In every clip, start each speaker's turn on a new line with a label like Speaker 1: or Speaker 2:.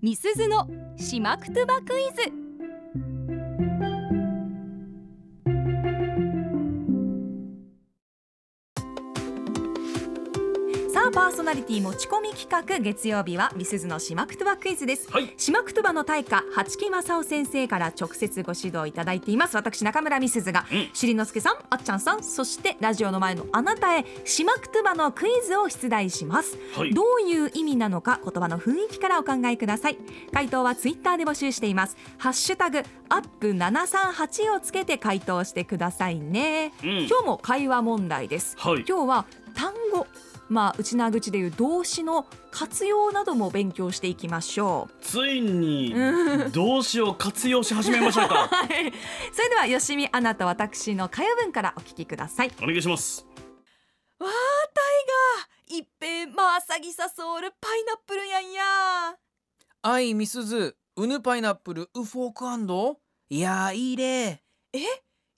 Speaker 1: みすずのしまくとばクイズ
Speaker 2: さあパーソナリティ持ち込み企画月曜日はみすずのしまくとばクイズです、
Speaker 3: はい
Speaker 2: しまくとばの大家八木正夫先生から直接ご指導いただいています私中村みすずが、
Speaker 3: うん
Speaker 2: しりのすけさんあっちゃんさんそしてラジオの前のあなたへしまくとばのクイズを出題します、
Speaker 3: はい
Speaker 2: どういう意味なのか言葉の雰囲気からお考えください回答はツイッターで募集していますハッシュタグアップ738をつけて回答してくださいね、
Speaker 3: うん
Speaker 2: 今日も会話問題です
Speaker 3: はい
Speaker 2: 今日は単語まあ内縄口でいう動詞の活用なども勉強していきましょう
Speaker 3: ついに動詞を活用し始めまし たか
Speaker 2: それでは吉見アナと私の会話文からお聞きください
Speaker 3: お願いします
Speaker 2: わータイガー一平まあさぎさソウルパイナップルやんや
Speaker 4: アイミスズウヌパイナップルウフォークアンドいやーいいれ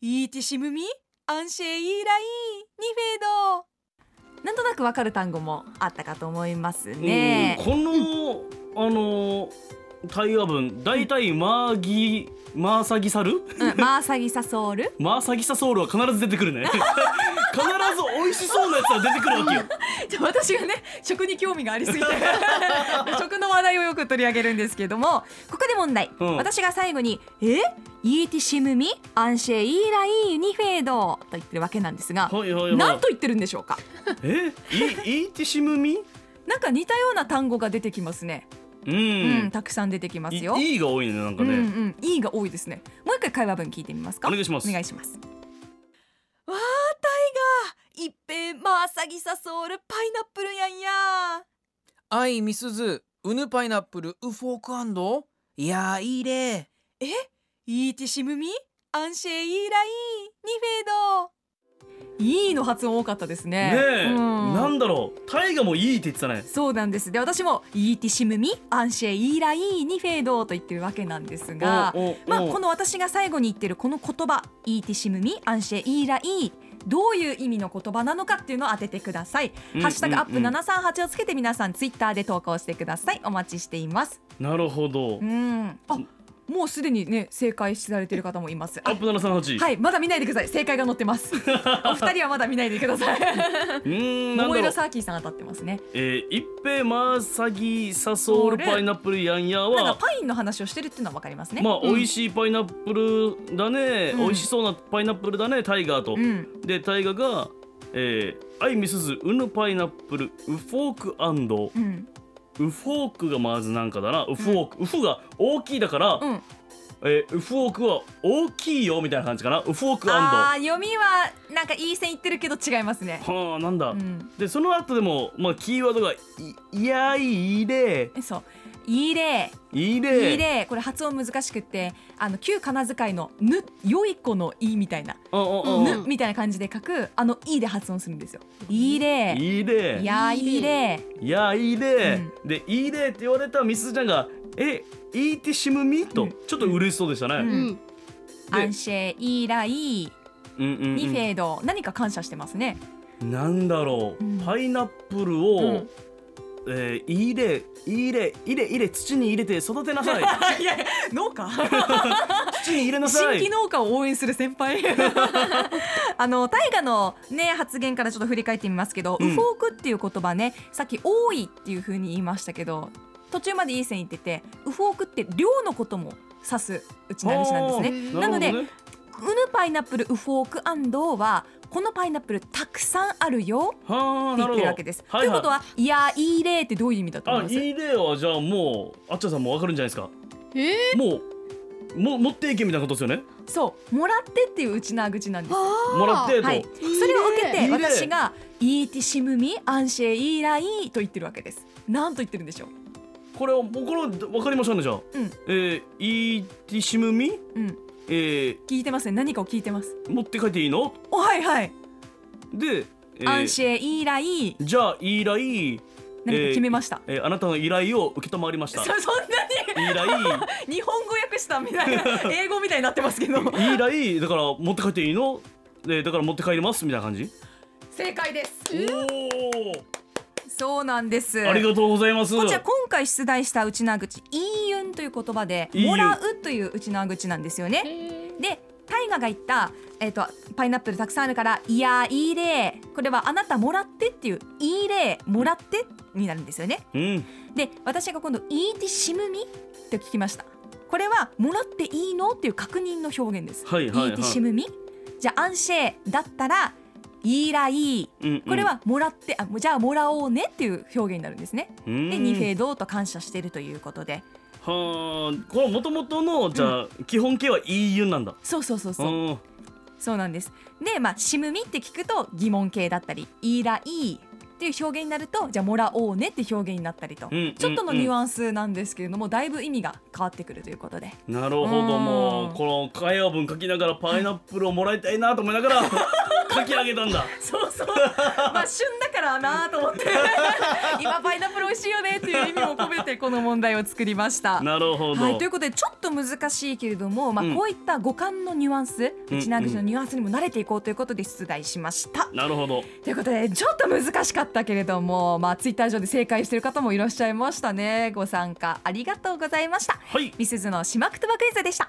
Speaker 2: イーティシムミアンシェイーライニフェードなんとなくわかる単語もあったかと思いますね
Speaker 3: うんこの、あの対話文大体マーギマーサギサル
Speaker 2: うんまあさぎさソウル
Speaker 3: マーサギサソウルは必ず出てく るね必ず美味しそうなやつは出てくるわけよ
Speaker 2: じゃあ私がね食に興味がありす ぎて食の話題をよく取り上げるんですけどもここで問題、
Speaker 3: うん
Speaker 2: 私が最後に「えイーティシムミアンシェイーライーユニフェード」と言ってるわけなんですが、
Speaker 3: はいはいはい
Speaker 2: なんと言ってるんでしょうか
Speaker 3: えイイーティシムミ
Speaker 2: なんか似たような単語が出てきますね、
Speaker 3: うん、
Speaker 2: うんたくさん出てきますよ
Speaker 3: いいいが多いねなんか
Speaker 2: うんう
Speaker 3: ね、
Speaker 2: ん、いいが多いですねもう一回会話文聞いてみますか
Speaker 3: お願いします
Speaker 2: お願いしますわータイガー一平まあさぎさソウルパイナップルやんや
Speaker 4: アイミスズウヌパイナップルウフォークアンドいやーいいれ
Speaker 2: イーティシムミアンシェイーライニフェードいいの発音多かったですね
Speaker 3: ねえ、
Speaker 2: うん
Speaker 3: なんだろうタイガもいいって言ってたね
Speaker 2: そうなんですで私もイーティシムミアンシェイーライニフェードと言ってるわけなんですが
Speaker 3: おお
Speaker 2: まあ
Speaker 3: お
Speaker 2: この私が最後に言ってるこの言葉イーティシムミアンシェイーライどういう意味の言葉なのかっていうのを当ててください、
Speaker 3: うん
Speaker 2: ハッシュタグアップ
Speaker 3: うんうん
Speaker 2: 738をつけて皆さんツイッターで投稿してくださいお待ちしています
Speaker 3: なるほど、
Speaker 2: うんあもうすでにね正解されてる方もいます
Speaker 3: アップ738、
Speaker 2: はい、まだ見ないでください。正解が載って ます。お二人はまだ見ないでください。
Speaker 3: うーんなん
Speaker 2: 桃
Speaker 3: だろ
Speaker 2: 色
Speaker 3: う
Speaker 2: サーキーさん当たってますね。
Speaker 3: えー、一平マーサギサソウルパイナップルヤンヤ
Speaker 2: なん
Speaker 3: は
Speaker 2: かパインの話をしてるっていうのはわかりますね。
Speaker 3: まあ美味しいパイナップルだね、
Speaker 2: うん
Speaker 3: 美味しそうなパイナップルだねタイガーと、
Speaker 2: うん、
Speaker 3: でタイガがえー、アイミスズウヌパイナップルウフォークアンド
Speaker 2: うん、
Speaker 3: ウフォークがまずなんかだなウフォーク、ウフが大きいだから、
Speaker 2: うん。
Speaker 3: えーウフォークは大きいよみたいな感じかなウフォーク
Speaker 2: あ
Speaker 3: アン
Speaker 2: あ、読みはなんかいい線いってるけど違いますね。
Speaker 3: ドはあなんだ、
Speaker 2: うん、
Speaker 3: でその後でもまあキーワードがい「いやいいれ
Speaker 2: え、そう。いい例、
Speaker 3: いいれ
Speaker 2: いい例、これ発音難しくって、あの旧仮名遣いのぬ、良い子のいいみたいな、
Speaker 3: うんうんうん
Speaker 2: ぬみたいな感じで書く、あのいいで発音するんですよ。いい例、
Speaker 3: いいれ
Speaker 2: いやいい例、
Speaker 3: いやいいね、でいいねって言われたミスちゃんが「えいいてしむみ?」と、
Speaker 2: うん
Speaker 3: ちょっと嬉しそうでした
Speaker 2: う
Speaker 3: ね。
Speaker 2: んアンシェイーライ、
Speaker 3: うんうんうん
Speaker 2: ニフェード、何か感謝してますね。
Speaker 3: なんだろう、
Speaker 2: うん
Speaker 3: パイナップル
Speaker 2: う
Speaker 3: を
Speaker 2: ん、
Speaker 3: えーいいねいいねいいねいいね土に入れて育てなさい
Speaker 2: いやいや農家
Speaker 3: 土に入れな
Speaker 2: 新
Speaker 3: さ
Speaker 2: 規
Speaker 3: い。
Speaker 2: 農家を応援する先 輩あの大河のね発言からちょっと振り返ってみますけど、
Speaker 3: うん
Speaker 2: ウフォークっていう言葉ねさっき多いっていう風に言いましたけど途中までいい線言っててウフォークって量のことも指すうちなりしなんですね
Speaker 3: あー
Speaker 2: なので
Speaker 3: るほどね
Speaker 2: ウヌパイナップルウフォークアンドはこのパイナップルたくさんあるよっ
Speaker 3: はあ
Speaker 2: て言
Speaker 3: な
Speaker 2: っ
Speaker 3: るほ
Speaker 2: て
Speaker 3: ど
Speaker 2: るわけです、
Speaker 3: はい
Speaker 2: ということ
Speaker 3: は
Speaker 2: はいやいい例ってどういう意味だと思い
Speaker 3: あ
Speaker 2: ます
Speaker 3: いいねはじゃあもうあっちゃんさんもわかるんじゃないですか。
Speaker 5: え
Speaker 3: もうも持っていけみたいなことですよね。
Speaker 2: そうもらってっていううちな口なんです
Speaker 5: あ
Speaker 3: もらってと、
Speaker 2: はい、
Speaker 5: いね
Speaker 2: それを受け
Speaker 3: い
Speaker 2: て
Speaker 3: いね
Speaker 2: 私が「イーティシムミアンシェイーライ」と言ってるわけです。なんと言ってるんでしょう。
Speaker 3: これをもうこれわかりましたねじゃあ。
Speaker 2: うん
Speaker 3: えーいいてしむみ
Speaker 2: うん、
Speaker 3: えー
Speaker 2: 聞いてますね。何かを聞いてます。
Speaker 3: 持って帰っていいの
Speaker 2: おはいはい。
Speaker 3: で、えー
Speaker 2: アンシェイーライ
Speaker 3: じゃあ依頼、
Speaker 2: 何か決めました。
Speaker 3: えーあなたの依頼を受けたまわりました
Speaker 2: そそんな
Speaker 3: 依頼
Speaker 2: に日本語訳したみた いな英語みたいになってますけど
Speaker 3: 依頼だから持って帰っていいのでだから持って帰りますみたいな感じ
Speaker 2: 正解です
Speaker 3: おお
Speaker 2: そうなんです
Speaker 3: ありがとうございます
Speaker 2: こちら今回出題したウチナーグチ「いいゆん」という言葉で「
Speaker 3: いいユン
Speaker 2: もらう」というウチナーグチなんですよね。で大ガが言った、えっとパイナップルたくさんあるから「いやーいいねー」これは「あなたもらって」っていう「いいねー」「もらって」になるんですよね。
Speaker 3: うん
Speaker 2: で私が今度「いいてしむみ」って聞きました。これは「もらっていいの?」っていう確認の表現です。
Speaker 3: はいはいはい
Speaker 2: いてしむみじゃあ「アンシェー」だったら「いいらいい」
Speaker 3: うんうん
Speaker 2: これは「もらって」あじゃあ「もらおうね」っていう表現になるんですね。
Speaker 3: で
Speaker 2: で二平等と感謝しているということで
Speaker 3: はあこの元々のじゃあ、基本形は EU なんだ
Speaker 2: そうそうそうそう
Speaker 3: そ
Speaker 2: そうなんですでまあ「しむみ」って聞くと疑問形だったり「いらいい」っていう表現になるとじゃあ「もらおうね」って表現になったりと、
Speaker 3: うんうん
Speaker 2: ちょっとのニュアンスなんですけれどもだいぶ意味が変わってくるということ で
Speaker 3: うんなるほども
Speaker 2: う
Speaker 3: うんこの会話文書きながらパイナップルをもらいたいなと思いながら 書き上げたんだ
Speaker 2: そうそう まあ旬だからなと思 って今パイナップル美味しいよねっていう意味も込めてこの問題を作りました。
Speaker 3: なるほど、
Speaker 2: はい、ということでちょっと難しいけれども、まあ
Speaker 3: うん
Speaker 2: こういった五感のニュアンス、
Speaker 3: うん
Speaker 2: 内縄口のニュアンスにも慣れていこうということで出題しました。
Speaker 3: なるほど
Speaker 2: ということでちょっと難しかったけれども、まあ、ツイッター上で正解してる方もいらっしゃいましたねご参加ありがとうございました
Speaker 3: はい
Speaker 2: みすずのしまくとばクイズでした